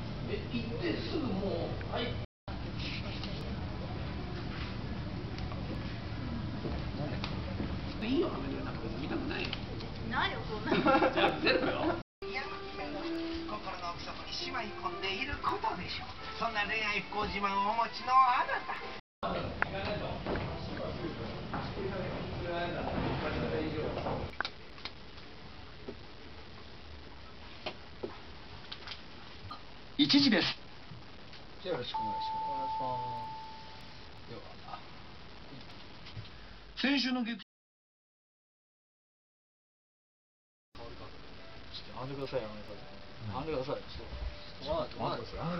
ってすぐもう、はい。いいよ、はめてなんか別に見たくないよ。ないよそんなじゃあ、ゼロよ。心の奥底にしまい込んでいることでしょうそんな恋愛不幸自慢をお持ちのあなた一時です。じゃあよろしくお願いします。先週の月。では、ちょっと、あんでください、あんでください。あんでください。ちょっと。